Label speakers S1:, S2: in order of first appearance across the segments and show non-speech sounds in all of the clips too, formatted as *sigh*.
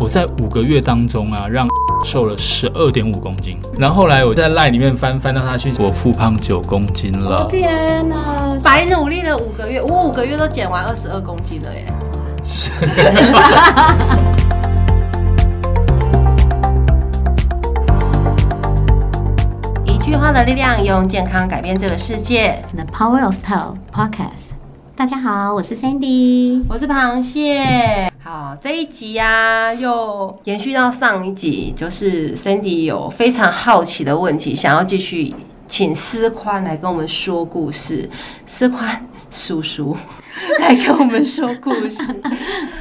S1: 我在五个月当中啊，让 *laughs* 瘦了十二点五公斤。然后后来我在 LINE 里面翻翻到他讯息，我复胖九公斤了。
S2: 天哪！
S3: 白努力了五个月，我五个月都减完二十二公斤了耶！一句话的力量，用健康改变这个世界。
S2: The Power of Tell Podcast。大家好，我是 Sandy。
S3: 我是螃蟹。好，这一集啊，又延续到上一集，就是 Sandy 有非常好奇的问题，想要继续请思宽来跟我们说故事。思宽叔叔 *laughs* 来跟我们说故事。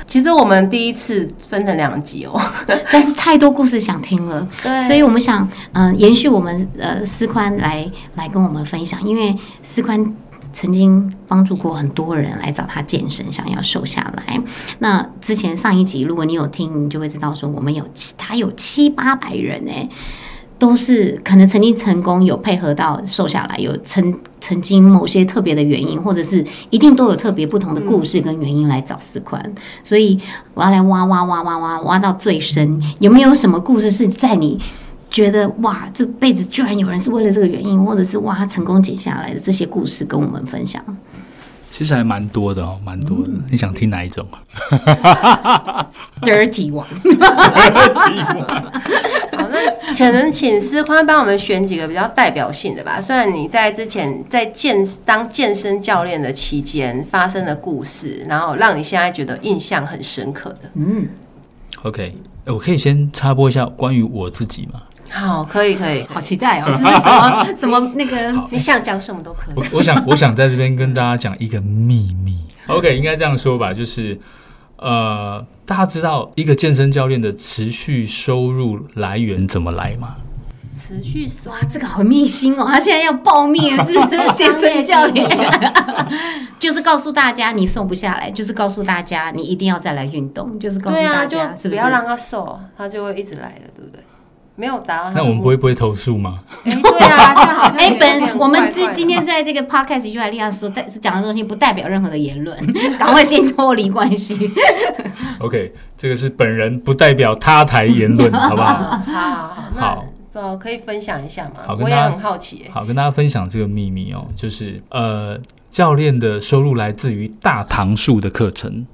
S3: 其实我们第一次分成两集哦。
S2: 但是太多故事想听了，
S3: 对
S2: 所以我们想，嗯、延续我们呃思宽来来跟我们分享，因为思宽曾经帮助过很多人来找他健身，想要瘦下来。那之前上一集，如果你有听，你就会知道说，我们有七，他有七八百人哎、都是可能曾经成功有配合到瘦下来，有曾曾经某些特别的原因，或者是一定都有特别不同的故事跟原因来找四宽，所以我要来挖挖挖挖挖挖到最深，有没有什么故事是在你觉得哇这辈子居然有人是为了这个原因，或者是哇他成功减下来的这些故事跟我们分享？
S1: 其实还蛮多的哦，蛮多的。你想听哪一种？啊
S2: Dirty one，
S3: 好，那可能请思宽帮我们选几个比较代表性的吧。虽然你在之前在健当健身教练的期间发生的故事，然后让你现在觉得印象很深刻的。
S2: 嗯，
S1: OK，呃我可以先插播一下关于我自己嘛。
S3: 好，可以可以，
S2: 好期待哦，这是什么什么那个
S3: 你想讲什么都可
S1: *laughs*
S3: 以
S1: 我。我想我想在这边跟大家讲一个秘密。OK，应该这样说吧，就是呃，大家知道一个健身教练的持续收入来源怎么来吗？
S3: 持续说
S2: 哇，这个好秘辛哦！他现在要暴密了，是这是健身教 *laughs* 练，就是告诉大家你瘦不下来，就是告诉大家你一定要再来运动，就是告诉
S3: 对啊，
S2: 大
S3: 就
S2: 家、是
S3: 不
S2: 不是
S3: 要？让他瘦，他就会一直来的，对不对？没有达到他的
S1: 那我们不会不会投诉吗？
S3: 目的，哎对啊，这样好像
S2: *laughs* 哎
S3: 有，点怪
S2: 本我们
S3: 怪
S2: 今
S3: 的
S2: 今天在这个 podcast 就来立案说，但是讲的东西不代表任何的言论， *laughs* 赶快先脱离关系。
S1: OK，这个是本人不代表他台言 *laughs* 论，好不好？
S3: 好好好，
S1: 好
S3: 那呃可以分享一下吗
S1: 好？跟
S3: 我也
S1: 大家
S3: 很好奇耶。
S1: 好，跟大家分享这个秘密哦，就是呃，教练的收入来自于大堂数的课程。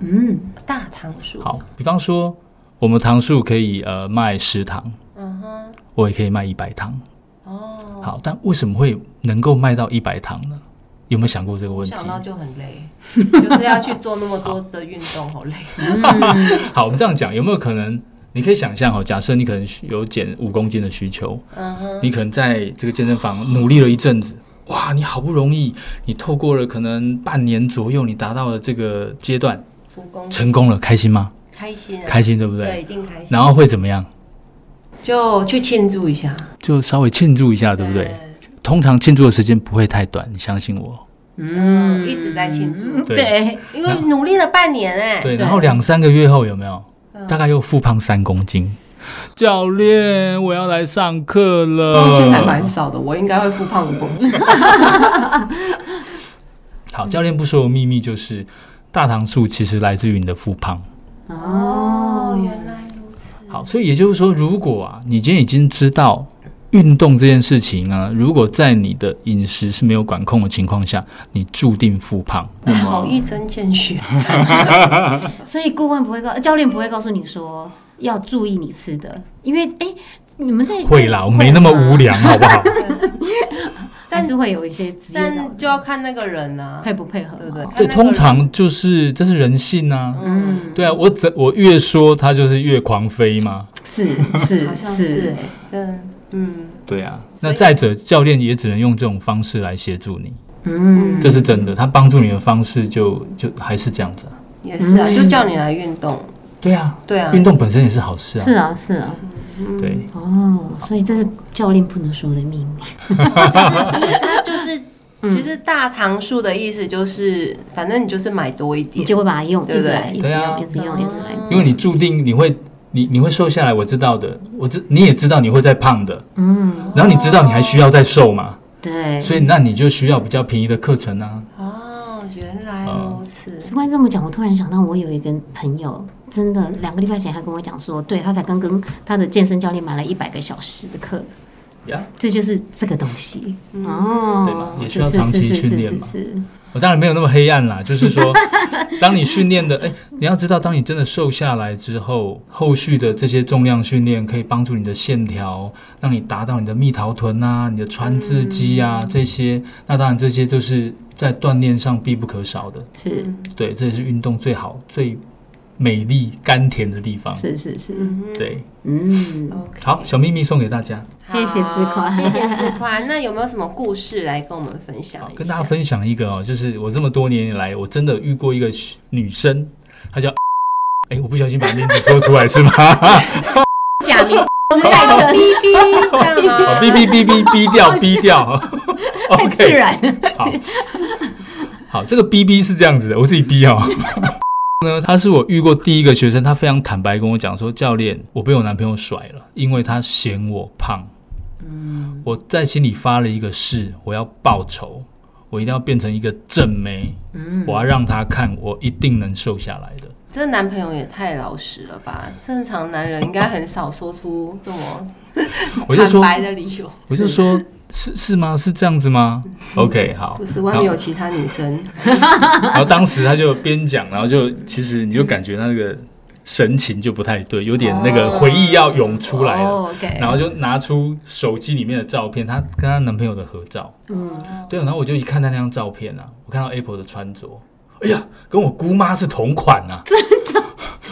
S2: 嗯，
S3: 大堂叔，
S1: 好，比方说我们堂数可以呃卖十堂，
S3: 嗯哼，
S1: 我也可以卖一百堂。
S3: 哦。
S1: 好，但为什么会能够卖到一百堂呢？有没有想过这个问题？
S3: 想到就很累， *laughs* 就是要去做那么多的运动，好累。
S1: *laughs* 好，我们这样讲，有没有可能？你可以想象哦，假设你可能有减五公斤的需求，
S3: 嗯哼，
S1: 你可能在这个健身房努力了一阵子，哇，你好不容易，你透过了可能半年左右，你达到了这个阶段，
S3: 复工
S1: 成功了，开心吗？
S3: 开心啊，
S1: 开心，对不对？
S3: 对，一定开心。
S1: 然后会怎么样？
S3: 就去庆祝一下，
S1: 就稍微庆祝一下，对不对？？通常庆祝的时间不会太短，你相信我。
S3: 嗯，一直在庆祝，
S1: 对
S2: 对，
S3: 因为努力了半年哎。
S1: 对，然后两三个月后有没有？
S3: 嗯
S1: 大概又复胖三公斤。教练，我要来上课
S3: 公哦斤还
S1: 了
S3: 蛮。少的，我应该会复胖五公斤。嗯
S1: 好，教练不说的秘密就是，大糖素其实来自于你的复胖。呃
S3: 哦，原来如此。
S1: 好，所以也就是说，如果啊，你今天已经知道运动这件事情啊，如果在你的饮食是没有管控的情况下，你注定复胖。那
S3: 好
S1: 么，
S3: 一针
S1: *laughs*
S3: 见血，
S2: 所以顾问不会告，教练不会告诉你说要注意你吃的，因为哎、你们在
S1: 会啦，我没那么无
S2: 聊。
S1: 良，
S3: *laughs*
S1: 好不好？
S2: 但是会有一些职业的
S3: 但就要看那个人啊，
S2: 配不配合嘛，
S3: 对不对？看
S1: 对，
S3: 那个人
S1: 通常就是这是人性啊。
S3: 嗯，
S1: 对啊，我怎我越说他就是越狂飞嘛。
S2: 是是
S3: 好像是
S2: 是，
S3: 哎，真的，嗯，
S1: 对啊，
S3: 所
S1: 那
S3: 以
S1: 再者，教练也只能用这种方式来协助你，
S2: 嗯，
S1: 这是真的。他帮助你的方式就就还是这样子啊。
S3: 也是啊，
S2: 嗯
S3: 就叫你来运动，
S1: 对啊，
S3: 对啊，
S1: 运动本身也是好事啊。
S2: 是啊是啊，
S1: 对，
S2: 哦，所以这是教练不能说的秘密，
S3: 它就是，
S2: 嗯
S3: 其实大堂数的意思就是，反正你就是买多一
S2: 你
S3: 点，
S2: 就会把它用，
S3: 对
S2: 一
S3: 不
S2: 直
S3: 对
S2: 来，一直
S1: 对啊
S2: 用，一直用，一直来，
S1: 因为你注定你会你你会瘦下来，我知道的，我知你也知道你会再胖的，
S2: 嗯，
S1: 然后你知道你还需要再瘦嘛，
S2: 对。
S1: 所以那你就需要比较便宜的课程啊。
S3: 哦，原来如此，
S1: 嗯
S2: 石冠这么讲，我突然想到，我有一个朋友，真的两个礼拜前还跟我讲说，对他才刚跟他的健身教练买了一百个小时的课，
S1: 呀，
S2: 这就是这个东西、
S1: 对吧
S2: 哦，
S1: 嗯也需
S2: 是
S1: 要
S2: 是
S1: 长
S2: 是
S1: 期
S2: 是
S1: 训
S2: 是
S1: 练
S2: 是
S1: 嘛
S2: 是，
S1: 我当然没有那么黑
S2: *laughs*
S1: 暗啦，就是说，当你训练的，哎，你要知道，当你真的瘦下来之后，后续的这些重量训练可以帮助你的线条，让你达到你的蜜桃臀啊、你的川字肌啊
S2: 嗯
S1: 这些。那当然，这些都是在锻炼上必不可少的。
S3: 嗯
S2: 是
S1: 对，这也是运动最好、最美丽、甘甜的地方。
S2: 是是是，
S3: 嗯哼
S1: 对，
S2: 嗯，
S3: ，OK，
S1: 好，小秘密送给大家，
S2: 谢谢
S3: 好
S2: 思宽
S3: 谢谢思宽。那有没有什么故事来跟我们分享一下？
S1: 跟大家分享一个哦，就是我这么多年以来，我真的遇过一个女生，她叫，哎，我不小心把名字说出来是吗？
S2: *laughs* 假
S3: *laughs*
S2: 名都是带
S3: 带个
S2: 着
S3: 逼逼这样
S1: 好，*laughs*
S3: 吗？
S1: 哔哔哔哔哔掉，哔掉。
S2: 啊太 *laughs* 自
S1: OK，
S2: 然了，
S1: 好，好，这个哔哔是这样子的，我自己哔哦。 *laughs* 呢，他是我遇过第一个学生，他非常坦白跟我讲说，教练，我被我男朋友甩了，因为他嫌我胖。嗯，我在心里发了一个誓，我要报仇，我一定要变成一个正妹，嗯，我要让他看我一定能瘦下来的。
S3: 这男朋友也太老实了吧？正常男人应该很少说出这么
S1: 我就
S3: 坦
S1: 说，
S3: 白的理由。
S1: 我就说，是是吗？是这样子吗？OK，好，
S3: 嗯不是外
S1: 然
S3: 面
S1: 后
S3: 有其他女生，
S1: 然后当时他就边讲，然后就其实你就感觉他那个神情就不太对，有点那个回忆要涌出来了。
S2: 哦 OK，
S1: 然后就拿出手机里面的照片，她跟她男朋友的合照。嗯，对。然后我就一看她那张照片啊，我看到 Apple 的穿着，哎呀，跟我姑妈是同款啊！真的。 *laughs*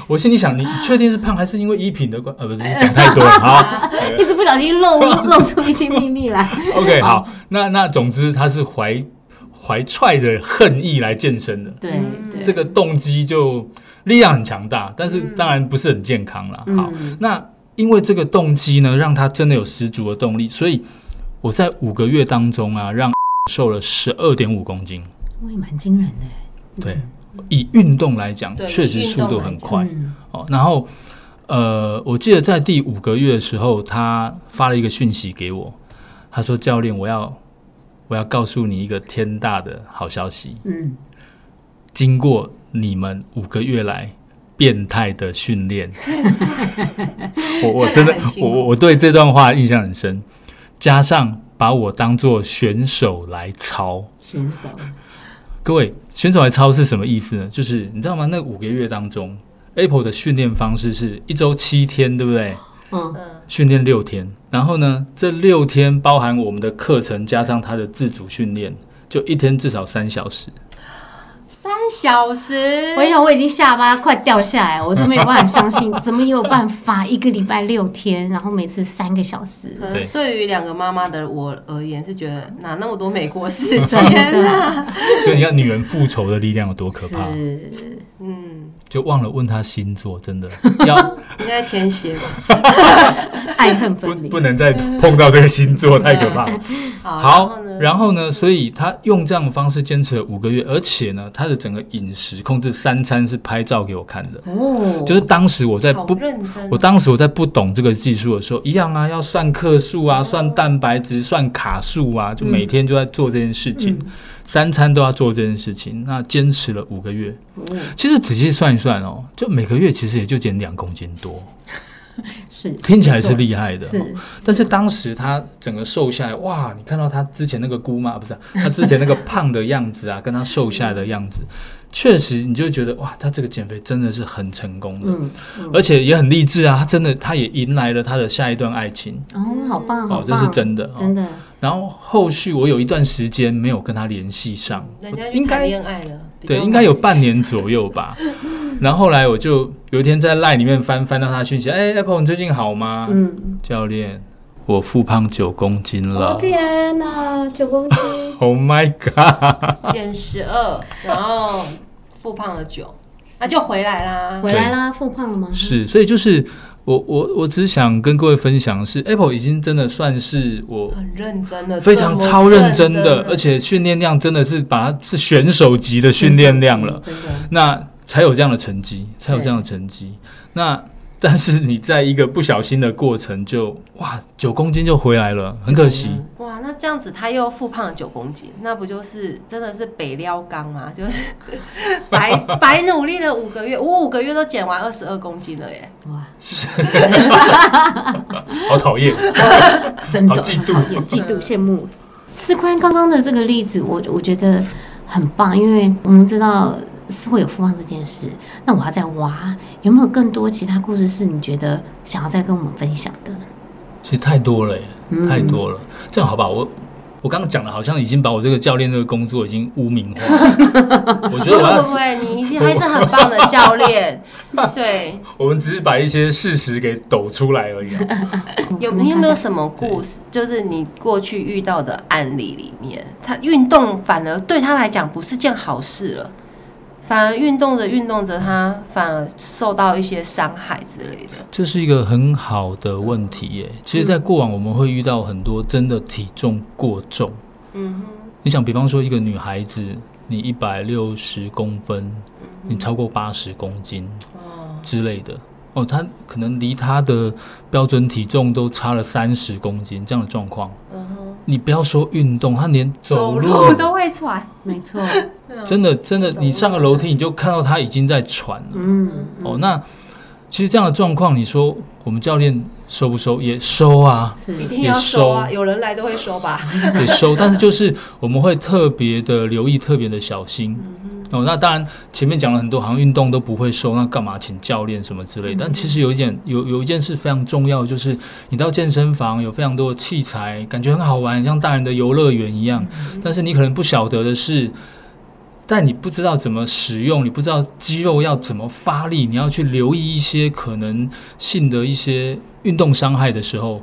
S1: 我心里想，你确定是胖还是因为衣品的关？呃，不是，讲太多了。好
S2: 一直不小
S1: *laughs*
S2: 心露露出一些秘密来，
S1: ，OK，好。 *laughs* 那那总之，她是怀怀揣着恨意来健身的。
S2: 对对，
S1: 嗯这个动机就力量很强大，但是
S3: 嗯
S1: 当然不是很健康啦。好，那因为这个动机呢，让他真的有十足的动力，所以我在五个月当中啊，让 *laughs* 瘦了十二点五公斤。
S2: 我也蛮惊人的，
S1: 对，以运动来讲，
S3: 对
S1: 确实
S3: 以运
S1: 速
S3: 动
S1: 度
S3: 来
S1: 很
S3: 讲
S1: 快。
S2: 嗯
S1: 哦，然后呃，我记得在第五个月的时候，他发了一个讯息给我，他说：“教练，我要我要告诉你一个天大的好消息。
S2: 嗯，
S1: 经过你们五个月来变态的训练，我我真的
S3: 看得很清
S1: 我
S3: 楚
S1: 我我对这段话印象很深，加上把我当做选手来操。
S2: 选手，
S1: 各位，选手来操是什么意思呢？就是你知道吗？那五个月当中，Apple 的训练方式是一周七天，对不对？
S2: 嗯
S1: 训练六天，然后呢，这六天包含我们的课程，加上他的自主训练，就一天至少三小时。
S3: 三小时
S2: *laughs* 我，想我已经下巴快掉下来，我都没有办法相信，怎么有办法一个礼拜六天，然后每次三个小时，
S3: 可
S1: 对
S3: 能对于两个妈妈的我而言，是觉得哪那么多美国时
S2: 真
S1: *laughs*
S3: 间啊？
S2: 的
S1: 所以你看，女人复仇的力量有多可怕？
S2: 啊是
S3: 嗯，
S1: 就忘了问她星座，真
S3: *laughs*
S1: 的要
S3: 应该填写吧。
S2: 爱恨
S1: 不
S2: 分明
S1: 不，能再碰到这个星座，太可怕了。好
S3: *laughs* 好，，然后呢？
S1: 然后呢？所以她用这样的方式坚持了五个月，而且呢，她的整个饮食控制，三餐是拍照给我看的。
S2: 哦，
S1: 就是当时我在
S3: 好
S1: 不，
S3: 认真哦，
S1: 我当时我在不懂这个技术的时候，一样啊，要算克数啊，算蛋白质，算卡数啊，就每天就在做这件事情，
S3: 嗯
S1: 三餐都要做这件事情。那坚持了五个月，
S3: 嗯
S1: 其实仔细算一算哦，就每个月其实也就减两公斤多，
S2: 是
S1: 听起来是厉害的。
S2: 是
S1: 但是当时他整个瘦下来，哇！你看到他之前那个姑妈，不是啊、他之前那个胖的样子啊，跟他瘦下来的样子，确实你就觉得哇，他这个减肥真的是很成功的，
S2: 嗯
S1: 而且也很励志啊。他真的，他也迎来了他的下一段爱情，
S2: 哦，好棒，好
S1: 哦
S2: 棒，，
S1: 这是真的、
S2: 真
S1: 哦。
S2: 的
S1: 然后后续我有一段时间没有跟他联系上，
S3: 人家
S1: 我
S3: 去
S1: 应
S3: 谈
S1: 该
S3: 恋爱了，比较
S1: 对，应该有半年左右吧。然后后来我就有一天在 LINE 里面翻翻到他的讯息，哎，Apple 你最近好吗？
S2: 嗯，
S1: 教练，我复胖九公斤了
S2: 哦。天哪，九公斤，
S1: Oh my *laughs* god！
S3: 减十二，然后复胖了九，那就回来啦。
S2: 回来啦，复胖了吗？
S1: 是，所以就是我我我只想跟各位分享的是，Apple 已经真的算是我
S3: 很认真的，
S1: 非常超认真的，而
S3: 且
S1: 且训练量真的是把它是选手级的训练量了，，
S3: 真的
S1: 那才有这样的成绩，才有这样的成绩。那但是你在一个不小心的过程就哇九公斤就回来了，很可惜。
S3: 哇，那这样子他又复胖了九公斤，那不就是真的是北撩刚吗？ *laughs* 就是白白努力了五个月，我五个月都减完二十二公斤了耶！
S2: 哇，
S1: 好讨厌。
S2: 真的
S1: 好嫉妒
S2: 很讨厌嫉妒、羡慕。四宽刚刚的这个例子，我我觉得很棒，因为我们知道是会有复胖这件事。那我要再挖，有没有更多其他故事是你觉得想要再跟我们分享的？
S1: 其实太多了耶，
S2: 嗯
S1: 太多了。这样好吧，我我刚刚讲的，好像已经把我这个教练这个工作已经污名化了。我觉得
S3: 不
S1: 我
S3: 会
S1: 要
S3: 不，会，你已经还是很棒的教
S1: *laughs*
S3: 练。对，
S1: 我们只是把一些事实给抖出来而已啊、
S3: 有
S2: 怎么
S3: 你有没
S2: 看
S3: 有
S2: 待
S3: 什么故事？就是你过去遇到的案例里面，他运动反而对他来讲不是件好事了，反而运动着运动着，他反而受到一些伤害之类的。
S1: 这是一个很好的问题耶。其实，在过往我们会遇到很多真的体重过重。
S3: 嗯
S1: 你想，比方说一个女孩子，你一百六十公分，你超过八十公斤
S3: 哼，嗯哦，
S1: 之类的，哦，她可能离她的标准体重都差了三十公斤这样的状况。
S3: 嗯哼，
S1: 你不要说运动，他连走路
S3: 都会喘，
S2: 没
S3: *laughs*
S2: 错，
S1: 真的真的，
S3: 走路
S1: 你上个楼梯你就看到他已经在喘了。
S2: 嗯，
S1: 哦，那其实这样的状况，你说我们教练收不收？也收
S2: *laughs*
S1: 啊，
S2: 是
S3: 一定要
S1: 也
S3: 收啊，
S1: 收
S3: 有人来都会收吧。
S1: 也收。但是就是我们会特别的留意，特别的小心。哦，那当然前面讲了很多，好像运动都不会收，那干嘛请教练什么之
S3: 嗯
S1: 类的？但其实有一件有有一件事非常重要，就是你到健身房有非常多的器材，感觉很好玩，像大人的游乐园一样。
S3: 嗯
S1: 但是你可能不晓得的是，在你不知道怎么使用，你不知道肌肉要怎么发力，你要去留意一些可能性的一些运动伤害的时候，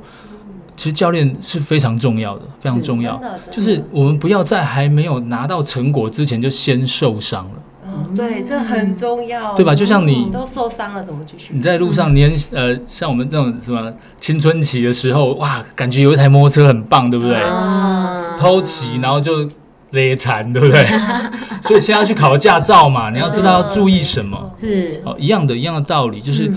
S1: 其实教练是非常重要的，非常
S2: 是
S1: 重要
S3: 真。的，真的
S1: 就是我们不要在还没有拿到成果之前就先受伤了。
S3: 嗯，对，这很重要，
S1: 对吧就像你
S3: 嗯都受伤了，怎么继续？
S1: 你在路上
S2: 嗯
S1: 年呃，像我们那种什么青春期的时候，哇，感觉有一台摩托车很棒，对不对？
S2: 嗯
S3: 啊
S1: 偷骑，然后就勒残，对不
S2: *laughs*
S1: 对？所以现在要去考驾照嘛，
S2: 嗯
S1: 你要知道要注意什么。？
S2: 是，
S1: 哦，一样的，一样的道理，就是
S2: 嗯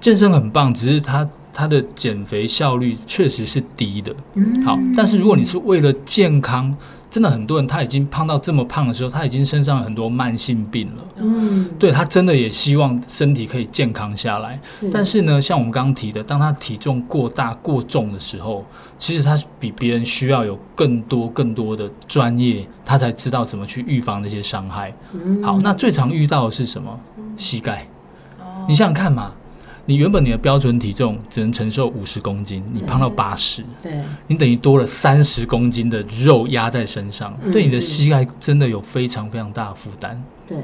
S1: 健身很棒，只是它它的减肥效率确实是低的。
S2: 嗯
S1: 好，但是如果你是为了健康，真的很多人他已经胖到这么胖的时候，他已经身上有很多慢性病了。
S2: 嗯，
S1: 对他真的也希望身体可以健康下来，但是呢，像我们刚刚提的，当他体重过大过重的时候，其实他比别人需要有更多更多的专业，他才知道怎么去预防那些伤害。
S2: 嗯
S1: 好，那最常遇到的是什么？膝盖。
S2: 哦
S1: 你想想看嘛，你原本你的标准体重只能承受五十公斤，你胖
S2: 嗯
S1: 到八十，
S2: 对，
S1: 你等于多了三十公斤的肉压在身上，
S2: 嗯
S1: 对你的
S2: 嗯
S1: 膝盖真的有非常非常大的负担。
S2: 对，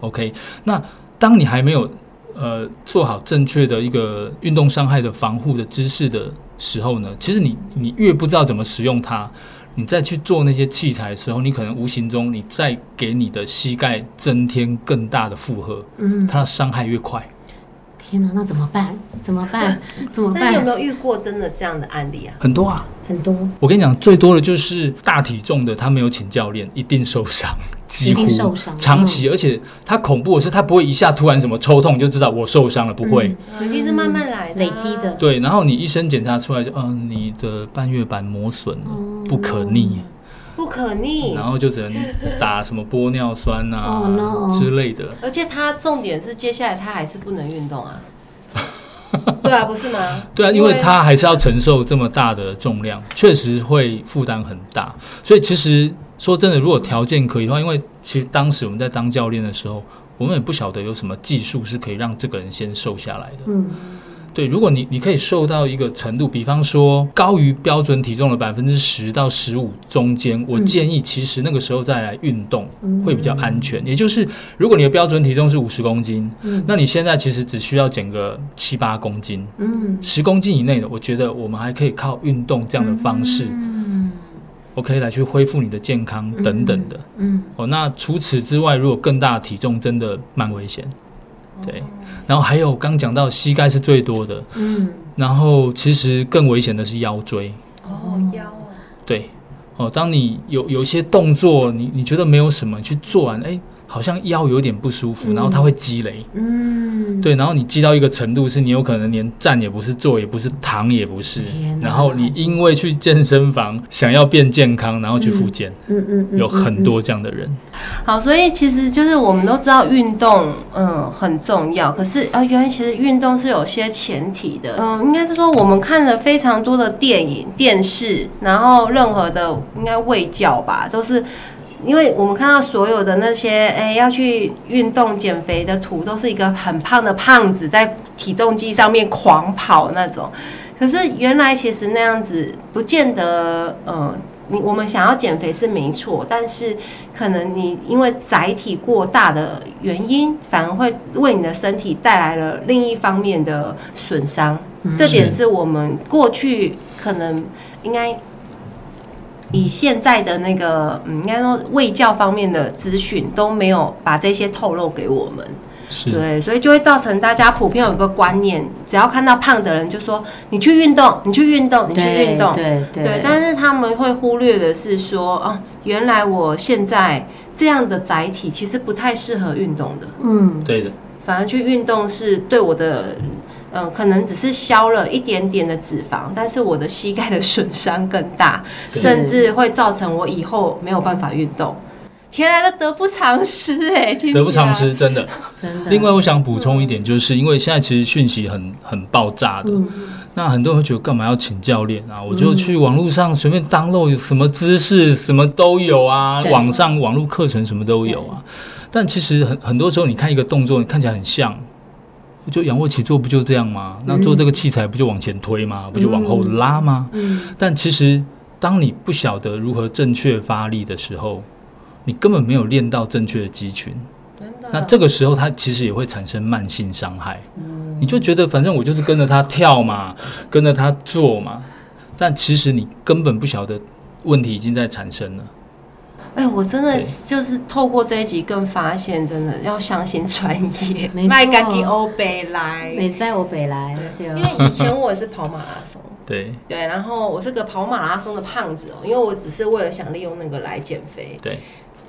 S1: OK，那当你还没有呃做好正确的一个运动伤害的防护的知识的时候呢，其实你你越不知道怎么使用它，你再去做那些器材的时候，你可能无形中你再给你的膝盖增添更大的负荷，
S2: 嗯，
S1: 它的伤害越快。
S2: 天哪，那怎么办？怎么
S3: *laughs*
S2: 办？怎么
S3: 那你有没
S2: 办？
S3: 有遇过真的这样的案例啊？
S1: 很多啊，
S2: 很多，
S1: 我跟你讲，最多的就是大体重的，他没有请教练，一定受伤，几乎
S2: 定受伤嗯
S1: 长期，而且他恐怖的是，他不会一下突然什么抽痛就知道我受伤了，不会，
S2: 嗯
S3: 一定是慢慢来的啊，
S2: 累积的
S1: 对，然后你医生检查出来就，嗯、你的半月板磨损了，不可逆，
S3: 不可逆
S1: 然。后就只能打什么玻尿酸啊、
S2: Oh, no.
S1: 之类的。
S3: 而且他重点是，接下来他还是不能运动啊。对啊，不是吗？
S1: 对啊，因为他还是要承受这么大的重量，确实会负担很大。所以其实说真的，如果条件可以的话，因为其实当时我们在当教练的时候，我们也不晓得有什么技术是可以让这个人先瘦下来的。
S2: 嗯，
S1: 对，如果你你可以瘦到一个程度，比方说高于标准体重的百分之十到十五中间，
S2: 嗯
S1: 我建议其实那个时候再来运动会比较安全。也就是，如果你的标准体重是五十公斤，
S2: 嗯
S1: 那你现在其实只需要减个七八公斤，
S2: 嗯，
S1: 十公斤以内的，我觉得我们还可以靠运动这样的方式、
S2: 嗯
S1: o k 来去恢复你的健康等等的。
S2: 嗯，
S1: 哦，那除此之外，如果更大的体重，真的蛮危险。
S2: 哦
S1: 对，然后还有刚讲到膝盖是最多的，
S2: 嗯，
S1: 然后其实更危险的是腰椎，
S3: 哦腰啊，
S1: 对，哦，当你有有一些动作，你你觉得没有什么，你去做完，哎，好像腰有点不舒服，然后它会积累，
S2: 嗯，
S1: 对，然后你积到一个程度，是你有可能连站也不是，坐也不是，躺也不是
S2: 天，哪
S1: 然后你因为去健身房想要变健康，然后去复健，
S2: 嗯嗯嗯，
S1: 有很多这样的人。
S3: 好，所以其实就是我们都知道运动，嗯，很重要。可是啊、呃原来其实运动是有些前提的，嗯，应该是说我们看了非常多的电影、电视，然后任何的应该卫教吧，都是。因为我们看到所有的那些，哎，要去运动减肥的图，都是一个很胖的胖子在体重机上面狂跑那种。可是原来其实那样子不见得，呃，你我们想要减肥是没错，但是可能你因为载体过大的原因，反而会为你的身体带来了另一方面的损伤。这点是我们过去可能应该以现在的那个，嗯，应该说卫教方面的资讯都没有把这些透露给我们。
S1: 是，
S3: 对，所以就会造成大家普遍有一个观念，只要看到胖的人就说你去运动，你去运动，你去
S2: 对
S3: 运动。
S2: 嗯对
S3: 对，但是他们会忽略的是说，哦，原来我现在这样的载体其实不太适合运动的，
S2: 嗯
S1: 对的，
S3: 反而去运动是对我的，嗯、可能只是消了一点点的脂肪，但是我的膝盖的损伤更大，
S1: 是
S3: 甚至会造成我以后没有办法运动。天啊，这得不偿失哎、听起来
S1: 得不偿。失，真的。
S2: 真的，
S1: 另外，我想补充一点，就是因为现在其实讯息很很爆炸的，
S2: 嗯
S1: 那很多人会觉得干嘛要请教练啊？我就去网络上随便 download 什么知识，什么都有啊，
S2: 对
S1: 网上网络课程什么都有啊。但其实很很多时候，你看一个动作，你看起来很像，就仰卧起坐不就这样吗？
S2: 嗯
S1: 那做这个器材不就往前推吗？不就往后拉吗？
S2: 嗯
S1: 但其实，当你不晓得如何正确发力的时候，你根本没有练到正确的肌群。
S3: 真的
S1: 那这个时候，它其实也会产生慢性伤害。你就觉得反正我就是跟着他跳嘛，跟着他做嘛，但其实你根本不晓得问题已经在产生了。
S3: 哎、我真的
S1: 对
S3: 就是透过这一集更发现，真的要相信专业，
S2: *laughs* 没错
S3: 卖干给欧北来。
S2: 美在我北来，对
S3: 因
S2: 哦，
S3: 为以前我也是跑马拉松，
S1: 对
S3: 对，然后我是个跑马拉松的胖子哦、因为我只是为了想利用那个来减肥，
S1: 对，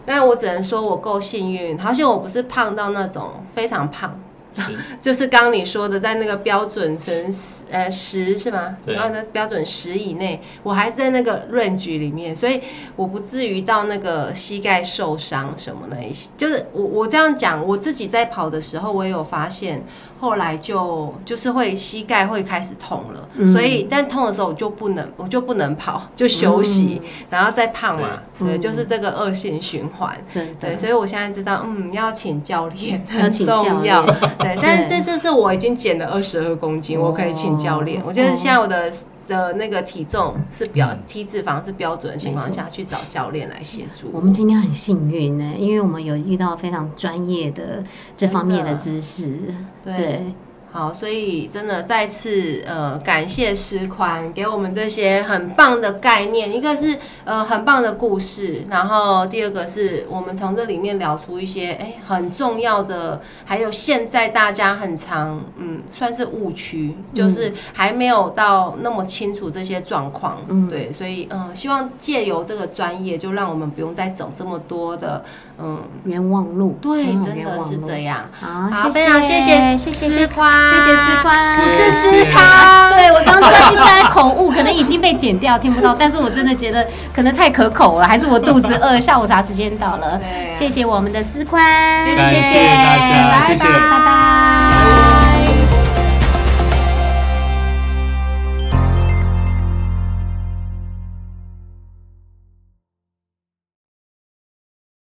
S3: 但我只能说我够幸运，好像我不是胖到那种非常胖，
S1: 是，
S3: *laughs* 就是刚刚你说的，在那个标准成十呃十是吗？
S1: 对
S3: 然后呢，标准十以内，我还是在那个 range 里面，所以我不至于到那个膝盖受伤什么那一些。就是我我这样讲，我自己在跑的时候，我也有发现，后来就就是会膝盖会开始痛了，
S2: 嗯
S3: 所以但痛的时候我就不能我就不能跑，就休息，然后再胖嘛，
S2: 嗯对
S3: 对，
S2: 嗯
S3: 就是这个恶性循环。
S2: 真
S3: 对，
S2: 的，
S3: 所以我现在知道，嗯，要请教练
S2: *laughs* 要
S3: 很
S2: 请
S3: 重
S2: 教 *laughs*
S3: 要。
S2: 练
S3: 对，但是
S2: 对
S3: 这就是我已经减了二十二公斤，我可以请教练
S2: 哦。
S3: 我觉得现在我的的那个体重是标
S1: 嗯
S3: 体脂肪是标准的情况下，去找教练来协助
S2: 我们今天很幸运呢，因为我们有遇到非常专业的这方面的知识，
S3: 对
S2: 对，
S3: 好，所以真的再次呃感谢石宽给我们这些很棒的概念，一个是呃很棒的故事，然后第二个是我们从这里面聊出一些哎很重要的，还有现在大家很常嗯算是误区，
S2: 嗯
S3: 就是还没有到那么清楚这些状况，
S2: 嗯
S3: 对，所以嗯、呃希望借由这个专业，就让我们不用再走这么多的嗯，
S2: 冤枉路，
S3: 对，
S2: 嗯
S3: 真的是这。样。
S2: 好，
S3: 好，
S2: 谢
S3: 非常谢谢
S2: 谢谢，谢
S3: 思
S2: 谢
S3: 宽，
S2: 思宽，
S3: 不是
S1: 谢
S3: 思康。
S2: 对我刚才一直在口误，可能已经被剪掉，听不到。但是我真的觉得可能太可口了，还是我肚子饿，下午茶时间到了
S3: 对啊。
S2: 谢谢我们的思宽，
S1: 感谢大家
S2: 拜拜
S1: 谢谢
S2: 拜拜。